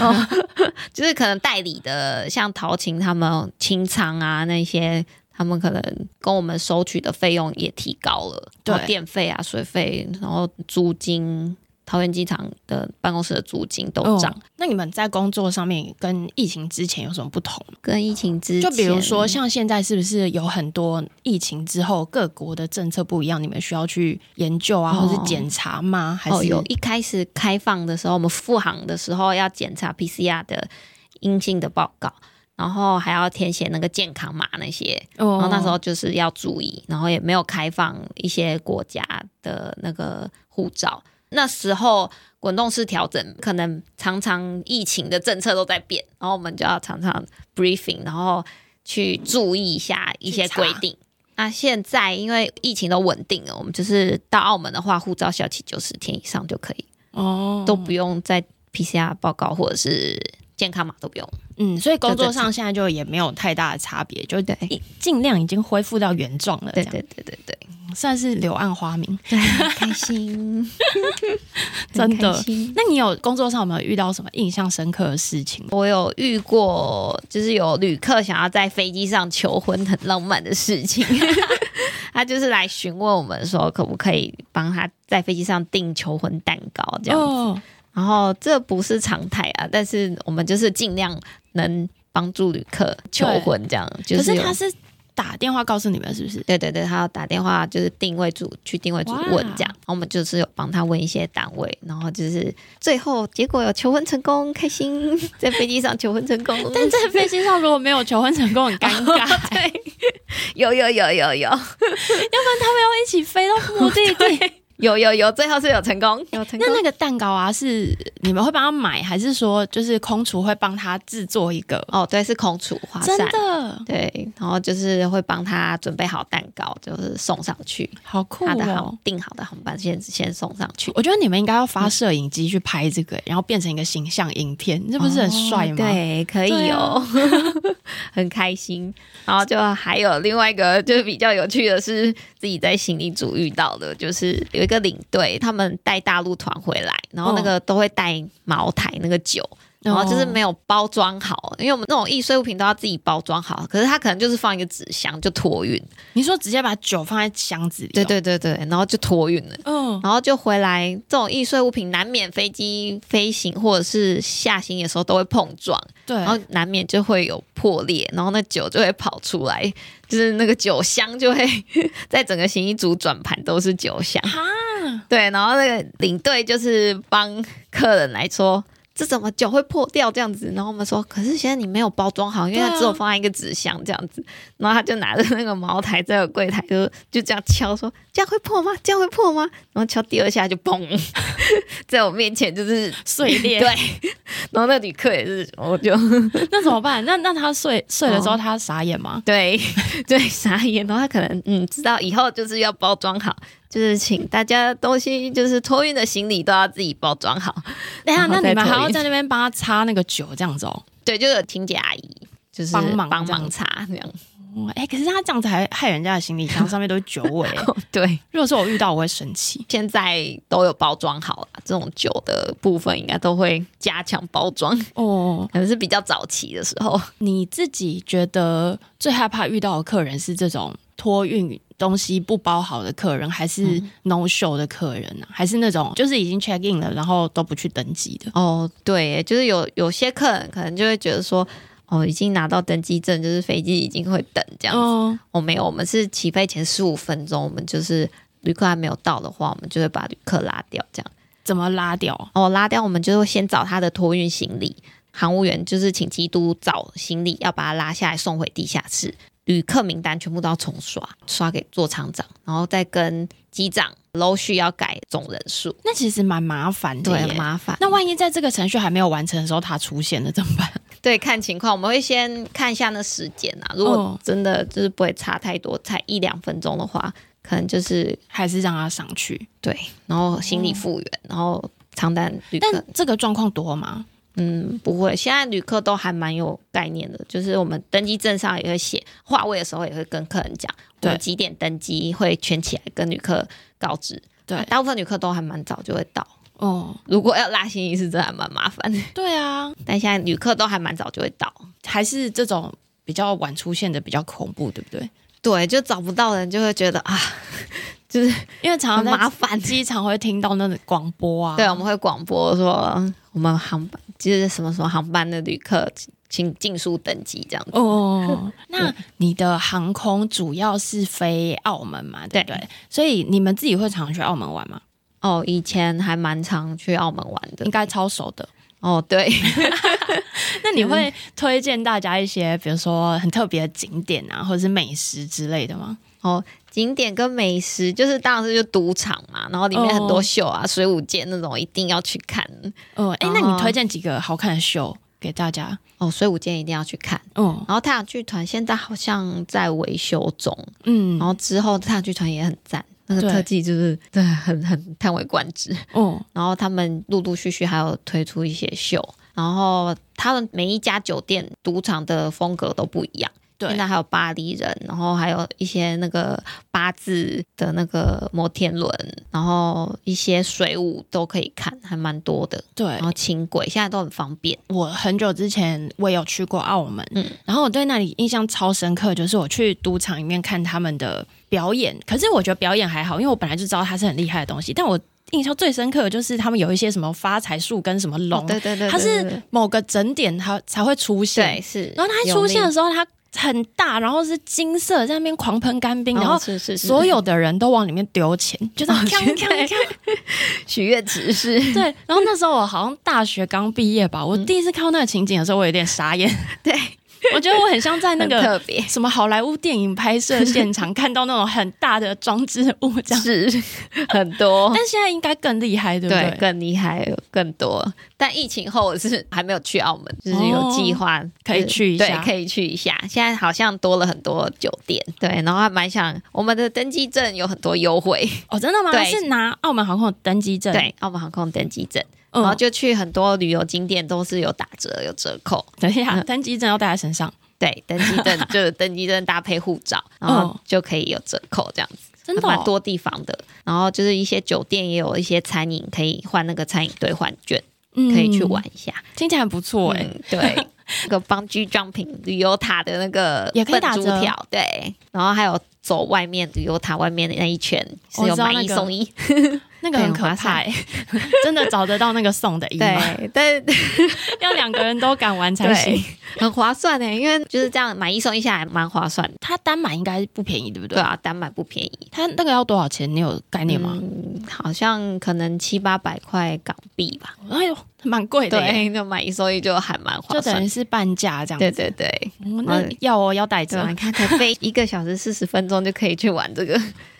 就是可能代理的，像陶琴他们清仓啊那些他们可能跟我们收取的费用也提高了，对然后电费啊、水费，然后租金，桃园机场的办公室的租金都涨。哦那你们在工作上面跟疫情之前有什么不同吗？跟疫情之前，就比如说像现在是不是有很多疫情之后各国的政策不一样，你们需要去研究啊，哦或是检查吗？还是、哦，有一开始开放的时候，我们复航的时候要检查 PCR 的阴性的报告，然后还要填写那个健康码那些，哦然后那时候就是要注意，然后也没有开放一些国家的那个护照。那时候滚动式调整，可能常常疫情的政策都在变，然后我们就要常常 briefing，然后去注意一下一些去查规定。那现在因为疫情都稳定了，我们就是到澳门的话，护照效期九十天以上就可以，哦都不用再 PCR 报告或者是健康码都不用。嗯，所以工就作正常上现在就也没有太大的差别，就对尽量已经恢复到原状了，这对样对对对对，算是柳暗花明。对，很开心， 真的很开心那你有工作上有没有遇到什么印象深刻的事情？我有遇过，就是有旅客想要在飞机上求婚，很浪漫的 事情。他就是来询问我们说，可不可以帮他在飞机上订求婚蛋糕这样子。哦，然后这不是常态啊，但是我们就是尽量能帮助旅客求婚这样。就可是有他是打电话告诉你们是不是？对对对，他要打电话就是定位组去定位组哇问这样，然后我们就是有帮他问一些单位，然后就是最后结果有求婚成功，开心在飞机上求婚成功。 但在飞机上如果没有求婚成功，很尴 尬。哦对，有有有有有一起飞到目 的地。有有有，最后是有成功，有成那那个蛋糕啊，是你们会帮他买，还是说就是空厨会帮他制作一个？哦，对，是空厨花真散，的对，然后就是会帮他准备好蛋糕，就是送上去，好酷他的航哦！订好的航班先先送上去，我觉得你们应该要发摄影机去拍这个、然后变成一个形象影片，这不是很帅吗？哦对，可以哦， 很开心。然后就还有另外一个，就是比较有趣的是，自己在行李组遇到的，就是有一个领队，他们带大陆团回来，然后那个都会带茅台那个酒，然哦后就是没有包装好，因为我们那种易碎物品都要自己包装好，可是他可能就是放一个纸箱就托运，你说直接把酒放在箱子里、对，对对对，然后就托运了。嗯，然后就回来，这种易碎物品难免飞机飞行或者是下行的时候都会碰撞，对，然后难免就会有破裂，然后那酒就会跑出来，就是那个酒香就会 在整个行医组转盘都是酒香。哈，对，然后那个领队就是帮客人来说。这怎么酒会破掉这样子？然后我们说，可是现在你没有包装好，因为对它啊只有放在一个纸箱这样子。然后他就拿着那个茅台在我柜台就就这样敲说：“这样会破吗？这样会破吗？”然后敲第二下就砰， 在我面前就是碎裂。对，然后那旅客也是，我就 那怎么办？那那他睡睡了之后，哦他傻眼吗？ 对对，傻眼。然后他可能嗯，知道以后就是要包装好，就是请大家东西就是托运的行李都要自己包装好。等一下，然后那再你们还投要影在那边帮他擦那个酒这样子哦。对，就有清洁阿姨就是帮忙帮这样忙查这样。 哇哎、可是他这样子还害人家的行李箱上面都是酒 味、哎对，如果是我遇到，我会生气。现在都有包装好了，这种酒的部分应该都会加强包装，哦，可能是比较早期的时候。你自己觉得最害怕遇到的客人是这种托运东西不包好的客人，还是 no show 的客人呢、还是那种就是已经 check in 了，然后都不去登记的？哦，对耶，就是有有些客人可能就会觉得说。哦，已经拿到登机证，就是飞机已经会等这样子。哦，我、没有，我们是起飞前十五分钟，我们就是旅客还没有到的话，我们就会把旅客拉掉，这样怎么拉掉？哦，拉掉我们就会先找他的托运行李，航务员就是请基督找行李，要把他拉下来送回地下室，旅客名单全部都要重刷，刷给座舱长，然后再跟机长楼续要改总人数，那其实蛮麻烦的 对，耶很。麻烦。那万一在这个程序还没有完成的时候，他出现了怎么办？对，看情况，我们会先看一下那时间啊，如哦果真的就是不会差太多，才一两分钟的话，可能就是还是让他上 去？对，然后行李复原，然后长单旅客但，这个状况多吗？嗯，不会，现在旅客都还蛮有概念的，就是我们登机证上也会写，话位的时候也会跟客人讲，我对们几点登机会圈起来跟旅客告知，对，大部分旅客都还蛮早就会到。哦，如果要拉行 李是真的还蛮麻烦的，对啊，但现在旅客都还蛮早就会到。还是这种比较晚出现的比较恐怖，对不对？对，就找不到人就会觉得啊，就是因为常常很在麻烦。机场会听到那个广播啊，对，我们会广播说我们航班就是什么什么航班的旅客，请尽速登机这样子。哦，那你的航空主要是飞澳门嘛，对不对？所以你们自己会常去澳门玩吗？哦，以前还蛮常去澳门玩的应。该超熟的。哦，对，那你会推荐大家一些，比如说很特别的景点啊，或者是美食之类的吗？哦，景点跟美食就是当然是就赌场嘛，然后里面很多秀啊、水舞间那种一定要去看。哦，哎，那哦你推荐几个好看的秀给大家？哦，水舞间一定要去看。哦，然后太阳剧团现在好像在维修中，嗯然，后之后太阳剧团也很赞，那个对特技就是对，很很叹为观止。 哦，然后他们陆陆续续还有推出一些秀，然后他们每一家酒店赌场的风格都不一样。对现，在还有巴黎人，然后还有一些那个八字的那个摩天轮，然后一些水舞都可以看，还蛮多的。对然，后轻轨现在都很方便。我很久之前我也有去过澳门，嗯然后我对那里印象超深刻，就是我去赌场里面看他们的表演。可是我觉得表演还好，因为我本来就知道它是很厉害的东西，但我印象最深刻的就是他们有一些什么发财树跟什么龙，哦对对对，它对对是某个整点它才会出现对，是，然后它出现的时候它很大，然后是金色，在那边狂喷干冰，有力，然后哦。是是是哦所有的人都往里面丢 钱，就这样锵锵锵许愿池是，对，然后那时候我好像大学刚毕业吧，我嗯第一次看到那个情景的时候，我有点傻眼。对， 我觉得我很像在那很个特别，什么好莱坞电影拍摄现场看到那种很大的装置物这 样。是很多。但现在应该更厉害，对不哦对，对？更厉害，有更多。但疫情后我是还没有去澳门，就是有哦计划、可以去一对下，可以去一下。现在好像多了很多酒店，对，然后还蛮想我们的登机证有很多优惠，哦，真的吗？对是拿澳门航空的登机证，，对，澳门航空登机证，嗯然后就去很多旅游景点都是有打折、有折扣。等一嗯下，登机证要带在身上，对，登机证就是登机证搭配护照，然后就可以有折扣这样子，嗯真的还蛮哦多地方的。然后就是一些酒店也有一些餐饮可以换那个餐饮兑换券，可以去玩，一下。嗯听起来很不错哎。嗯、对， 那个帮居装品旅游塔的那个也可以打笨猪折条，对，然后还有走外面旅游塔外面的那一圈我是有哦知道买那一个送一，那个很对可很划怕欸， 真的找得到那个送的衣吗？对，但要两个人都敢玩才对行。， 很划算呢，因为就是这样买一送一下来蛮划算的，它单买应该不便宜，对不对对？啊，单买不便宜。它那个要多少钱？你有概念吗？嗯，好像可能七八百块港币吧。哎呦，蛮贵的耶，对，那买一送一就还蛮就划等算于的。是半价这样子。对对对，哦那要哦，要带对啊着吧？，你看，才飞一个小时四十分钟就可以去玩这个，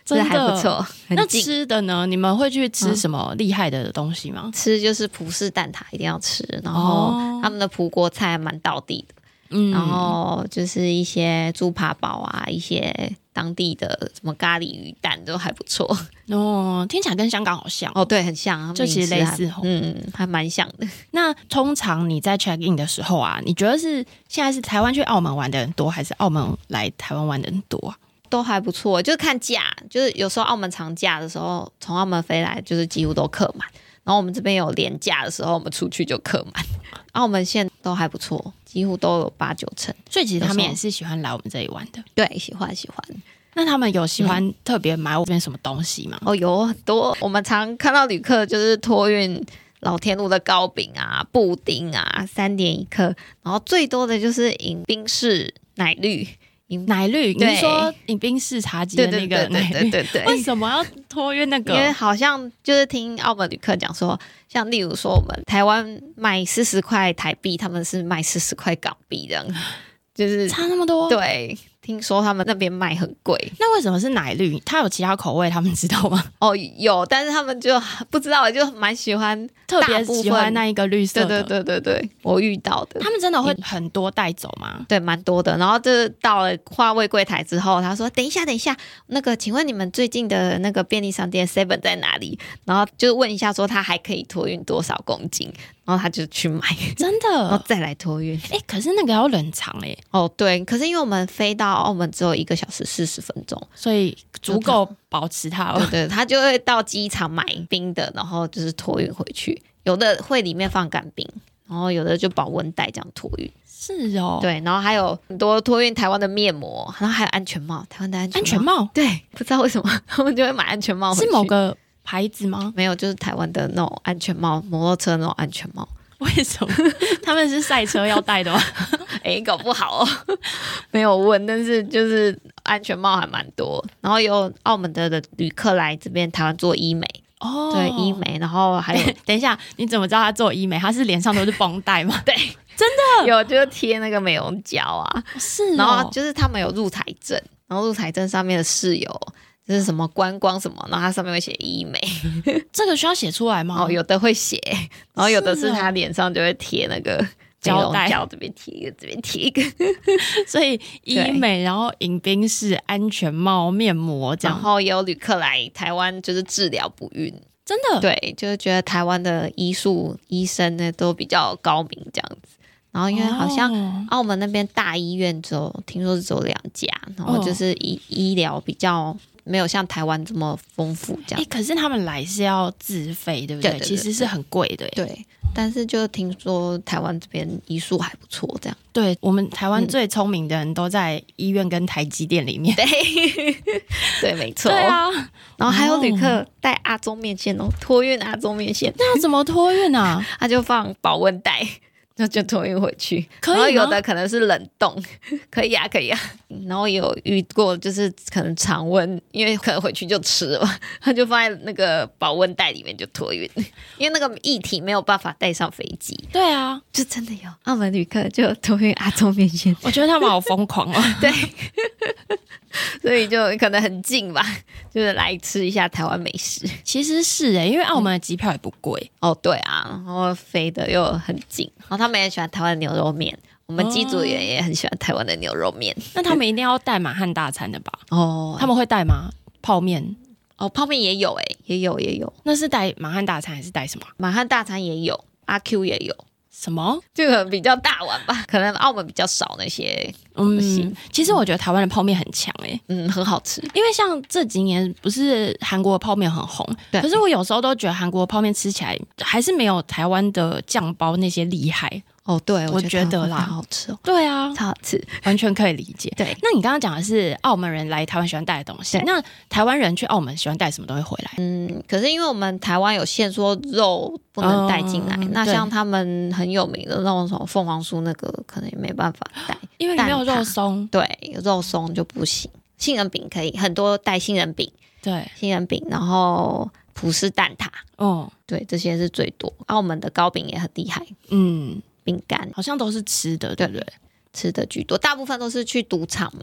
真这的还不。错，很那近。嗯吃的呢？你们会去吃什么厉害的东西吗？吃就是葡式蛋挞一定要吃，然后哦他们的葡国菜还蛮道地的，嗯，然后就是一些猪扒堡啊，一些当地的什么咖喱鱼蛋都还不错。哦，听起来跟香港好像。哦，对，很像，他们就其实饮食还类似哦嗯，还蛮像的。那通常你在 check in 的时候啊，你觉得是现在是台湾去澳门玩的人多，还是澳门来台湾玩的人多啊？都还不错，就是看假，就是有时候澳门长假的时候，从澳门飞来就是几乎都客满，然后我们这边有廉价的时候，我们出去就客满。澳门线都还不错，几乎都有八九成。所以其实他有们时候也是喜欢来我们这里玩的。对，喜欢喜欢。那他们有喜欢特别买我这边什么东西吗？哦，有很多我们常看到旅客就是托运老天路的糕饼啊、布丁啊，三点一克，然后最多的就是饮冰室奶绿，饮奶绿，你对是说饮冰式茶几对的那对对个奶对绿对？对对。为什么要托约那因为个？好像就是听澳门旅客讲说，像例如说我们台湾卖四十块台币，他们是卖四十块港币这样，就是差那么多？对。听说他们那边卖很贵那为什么是奶绿？它有其他口味，他们知道吗？哦，有，但是他们就不知道，就蛮喜欢。特别部分喜欢那一个绿色对的。对对对对，我遇到的他们真的会很多带走 吗？对，蛮多的。然后就是到了话位柜台之后，他说：“等一下，等一下，那个，请问你们最近的那个便利商店 Seven 在哪里？”然后就问一下说他还可以托运多少公斤，然后他就去买，真然的后？再来托运。哎、可是那个要冷藏哎、 哦，对，可是因为我们飞到澳门只有一个小时四十分钟，所以足够保持 它。对对，他就会到机场买冰的，然后就是托运回去。有的会里面放干冰，然后有的就保温袋这样托运。是哦，，对，然后还有很多托运台湾的面膜，然后还有安全帽，台湾的安全安全帽对，不知道为什么他们就会买安全帽回去。是某个牌子吗？没有，就是台湾的那种安全帽，摩托车那种安全帽。 为什么他们是赛车要 戴的吗？ 哎、搞不好哦， 没有问，但是就是安全帽还蛮多，然后有澳门的的旅客来这边台湾做医美，哦哎对医。美，然后还 有等一下，你怎么知道他做医美？他是脸上都是绷带吗？对，有就是贴那个美容胶啊， 是哦然后就是他们有入台证，然后入台证上面的室友。就是什么观光什么，然后它上面会写医美，这个需要写出来然吗？后有的会写，然后有的是是哦他脸上就会贴那个美胶容带胶，这边贴一个，这边贴一个，所以医对美，然后饮冰室、安全帽、面膜这然样，后也有旅客来台湾就是治疗不孕，真的对，就是觉得台湾的医术医生呢都比较高明这样子。然后因为好像哦澳门那边大医院只有听说是只有两家，然后哦就是医、医疗比较没有像台湾这么丰富这哎、样。可是他们来是要自费，对不对？对对对其实是很贵的耶。对，但是就听说台湾这边医术还不错这样。 对我们台湾嗯最聪明的人都在医院跟台积电里面。对， 对，没 错。对啊，然后还有旅客带阿宗面线哦，托运阿宗面线，那要怎么托运啊？他就放保温袋， 那就托运回去。可以然后吗有的可能是冷冻， 可以啊，可以啊。然后也有遇过，就是可能常温，因为可能回去就吃了嘛， 他就放在那个保温袋里面就托运，因为那个液体没有办法带上飞机， 对啊，就真的有澳门旅客就托运阿宗面线，我觉得他们好疯狂哦。 对， 所以就可能很近吧，就是来吃一下台湾美食。 其实是哎，因为澳门的机票也不贵，哦，对啊，然后飞的又很近，然后他们也喜欢台湾牛肉面，我们机组员也很喜欢台湾的牛肉面。那他们一定要带满汉大餐的吧？哦他们会带吗？泡面？哦，泡面也有哎、也有也有，那是带满汉大餐还是带什么？满汉大餐也有，阿 Q 也有，什么？这个比较大碗吧，可能澳门比较少那些，嗯行，其实我觉得台湾的泡面很强哎、嗯，很好吃。因为像这几年不是韩国的泡面很红，对可是我有时候都觉得韩国的泡面吃起来还是没有台湾的酱包那些厉害。哦，对，我觉觉得台湾啦泡面好好吃哦，对啊，超好吃。完全可以理解。对，那你刚刚讲的是澳门人来台湾喜欢带的东西，对那台湾人去澳门喜欢带什么东西回来？嗯，可是因为我们台湾有限说肉不能带进来，哦那对像他们很有名的那种什么凤凰酥，那个可能也没办法带。因为没有肉松，对，肉松就不行，杏仁饼可以，很多带杏仁饼、对，杏仁饼，然后葡式蛋挞，哦，对，这些是最多。澳门的糕饼也很厉害，嗯，饼干好像都是吃的，对不对？吃的居多，大部分都是去赌场嘛，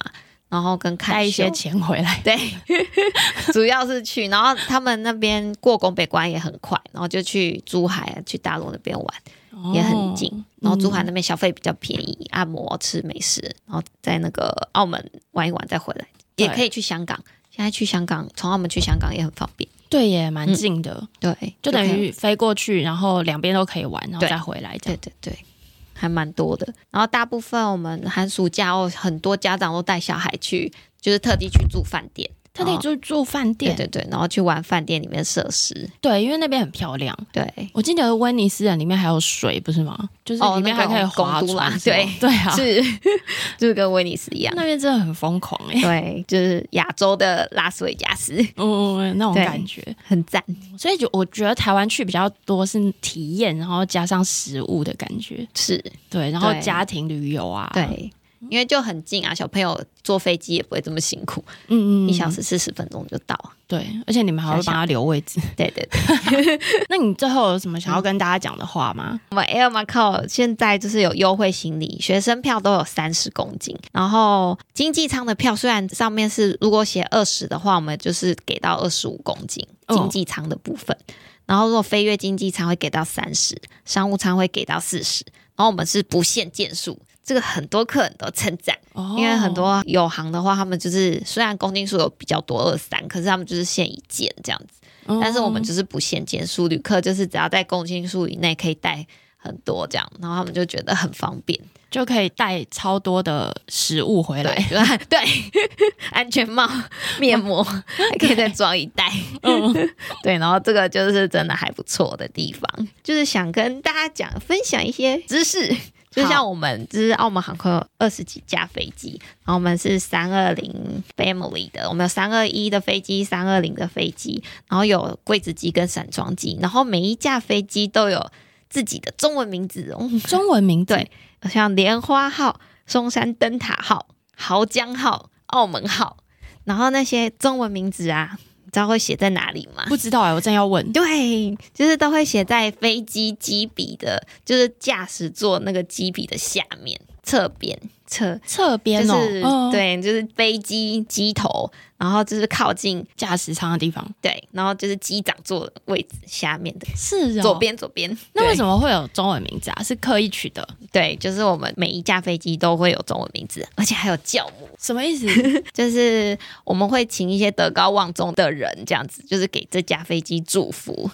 然后跟看带一秀些钱回来，对， 主要是去，然后他们那边过拱北关也很快，然后就去珠海、啊去大陆那边玩，也很近。哦然后珠海那边消费比较便宜，按摩、吃美食，然后在那个澳门玩一玩再回来，对也可以去香港。现在去香港，从澳门去香港也很方便。对耶，蛮近的，对，就等嗯可以于飞过去，然后两边都可以玩，然后对再回来这对样。对对，还蛮多的。然后大部分我们寒暑假哦，很多家长都带小孩去，就是特地去住饭店，特地然后就住饭店，哦对对对，然后去玩饭店里面的设施。对，因为那边很漂亮。对，我记得威尼斯人里面还有水，不是吗？就是哦里面还那个可以划贡都拉船什么，对对啊，是 就是跟威尼斯一样。那边真的很疯狂 哎、对，就是亚洲的拉斯维加斯，嗯，嗯嗯那种对感觉。很赞。所以就我觉得台湾去比较多是体验，然后加上食物的感觉，是，对，然后对家庭旅游啊，，对，因为就很近啊，小朋友坐飞机也不会这么辛苦，嗯嗯，一小时四十分钟就到了。对，而且你们还会帮他留位 置。对对对，那你最后有什么想要跟大家讲的话吗？我们 Air Macau 现在就是有优惠行李，学生票都有三十公斤，然后经济舱的票虽然上面是如果写二十的话，我们就是给到二十五公斤哦经济舱的部分，然后如果飞跃经济舱会给到三十，商务舱会给到四十，然后我们是不限件数，这个很多客人都称赞。哦因为很多有行的话，他们就是虽然公斤数有比较多二三，可是他们就是限一件这样子。嗯，但是我们就是不限件数，旅客就是只要在公斤数以内可以带很多这样，然后他们就觉得很方便。就可以带超多的食物回对来。对 对，安全帽、面膜还可以再装一袋。嗯， 对，然后这个就是真的还不错的地方，就是想跟大家讲分享一些知识。就好像我们就是澳门航空有二十几架飞机，然后我们是三二零 family 的，我们有三二一的飞机、三二零的飞机，然后有柜子机跟散装机，然后每一架飞机都有自己的中文名字哦。中文名字对像莲花号、松山灯塔号、濠江号、澳门号，然后那些中文名字啊，你知道会写在哪里吗？不知道哎、我正要问。对，就是都会写在飞机机笔的，就是驾驶座那个机笔的下面侧边侧。侧就边哦，是、嗯，对，就是飞机机头，然后就是靠近驾驶舱的地方对，然后就是机长座的位置下面的、是、哦、左。边左边。那为么？什么会有中文名字啊？是刻意取的，对，就是我们每一架飞机都会有中文名字，而且还有教母。什么意 思？就是我们会请一些德高望重的人，这样子，就是给这架飞机祝福。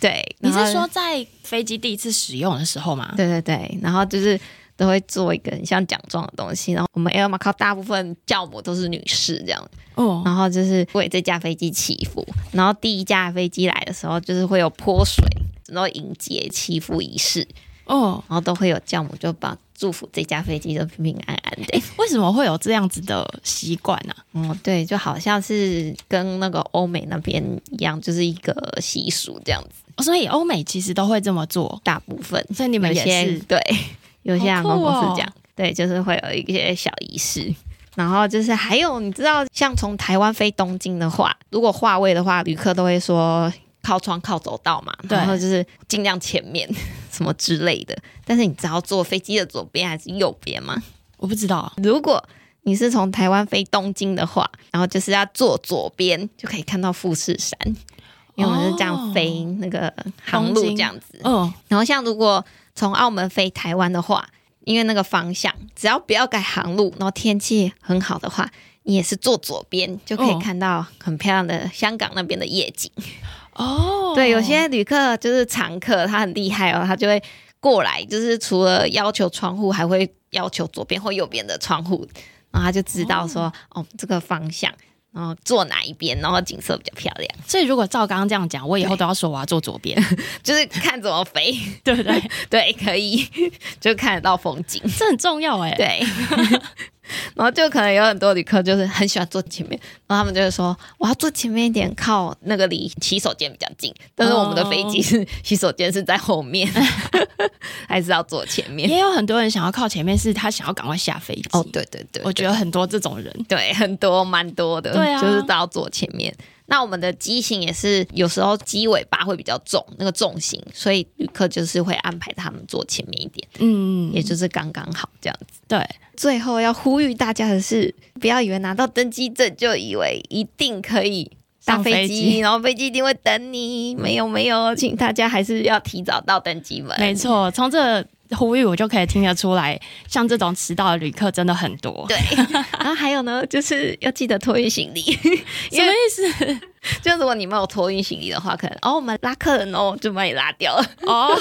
对，你然后是说在飞机第一次使用的时候 吗？对对对，然后就是都会做一个很像奖状的东西，然后我们 Air m a c a 大部分教母都是女士这样，哦，然后就是为这架飞机祈福，然后第一架飞机来的时候，就是会有泼水，然后迎接祈福仪式，哦，然后都会有教母就把祝福这架飞机都平平安安的。为什么会有这样子的习惯啊呢？嗯，对，就好像是跟那个欧美那边一样，就是一个习俗这样子，哦所以欧美其实都会这么做，大部分所以你有们也些是对， 有些好航空酷公司哦这样，对，就是会有一些小仪式。然后就是还有，你知道，像从台湾飞东京的话，如果话位的话，旅客都会说靠窗靠走道嘛，对然后就是尽量前面 什么之类的。但是你知道坐飞机的左边还是右边吗？我不知道如果你是从台湾飞东京的话，然后就是要坐左边就可以看到富士山，因为我们是这样飞那个航路哦东京这样子。嗯，然后像如果从澳门飞台湾的话，因为那个方向只要不要改航路，然后天气很好的话，你也是坐左边就可以哦看到很漂亮的香港那边的夜景。哦，对，有些旅客就是常客，他很厉害哦，他就会过来，就是除了要求窗户，还会要求左边或右边的窗户，然后他就知道说，哦这个方向，然后坐哪一边，然后景色比较漂亮，所以如果照刚刚这样讲，我以后都要说我要坐左边，就是看怎么飞， 对不对？对，可以就看得到风景， 这很重要哎、对。 然后就可能有很多旅客就是很喜欢坐前面，然后他们就会说我要坐前面一点，靠那个离洗手间比较近。但是我们的飞哦机是、洗手间是在后面， 还是要坐前面。也有很多人想要靠前面，是他想要赶快下飞机。哦，对对对，我觉得很多这种人，对很多蛮多的，对啊就是都要坐前面。那我们的机型也是有时候机尾巴会比较重，那个重型，所以旅客就是会安排他们坐前面一点，嗯，也就是刚刚好这样子。对，最后要呼吁大家的是，不要以为拿到登机证就以为一定可以搭上飞飞机，嗯机然后飞机一定会等你。没有没有，请大家还是要提早到登机门。没错。从这呼吁我就可以听得出来，像这种迟到的旅客真的很多。对， 然后还有呢，就是要记得托运行李， 什因为么意思？就如果你没有托运行李的话，可能哦，我们拉客人哦，就把你拉掉 了。哦，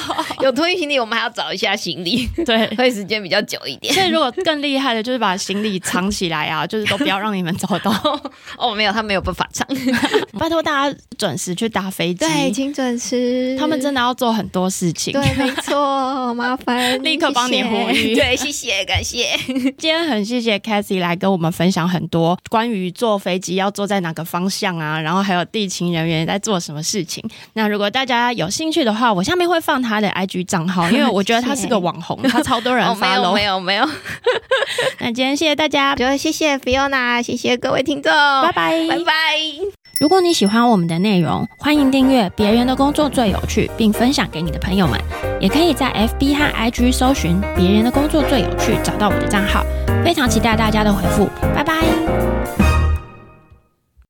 有托运行李，我们还要找一下行李， 对。会时间比较久一 点。所以如果更厉害的，就是把行李藏起来啊，就是都不要让你们找到。哦，没有，他没有办法 唱。拜托大家准时去搭飞 机，请准时他们真的要做很多事情。对， 没错，麻 烦立刻帮你谢谢呼吁 对，谢谢，感谢。今天很谢谢 Cassie 来跟我们分享很多关于坐飞机要坐在哪个方向啊，然后还有地勤人员在做什么事情。那如果大家有兴趣的话，我下面会放他的 IG 账号，因为我觉得他是个网红，他超多人哦，没有， follow 没。有，没有，那今天谢谢大家， 就谢谢 Fiona，谢谢各位听众，拜拜拜，拜拜。如果你喜欢我们的内容，欢迎订阅《别人的工作最有趣》，并分享给你的朋友们。也可以在 FB 和 IG 搜寻“别人的工作最有趣”，找到我的账号。非常期待大家的回复，拜拜。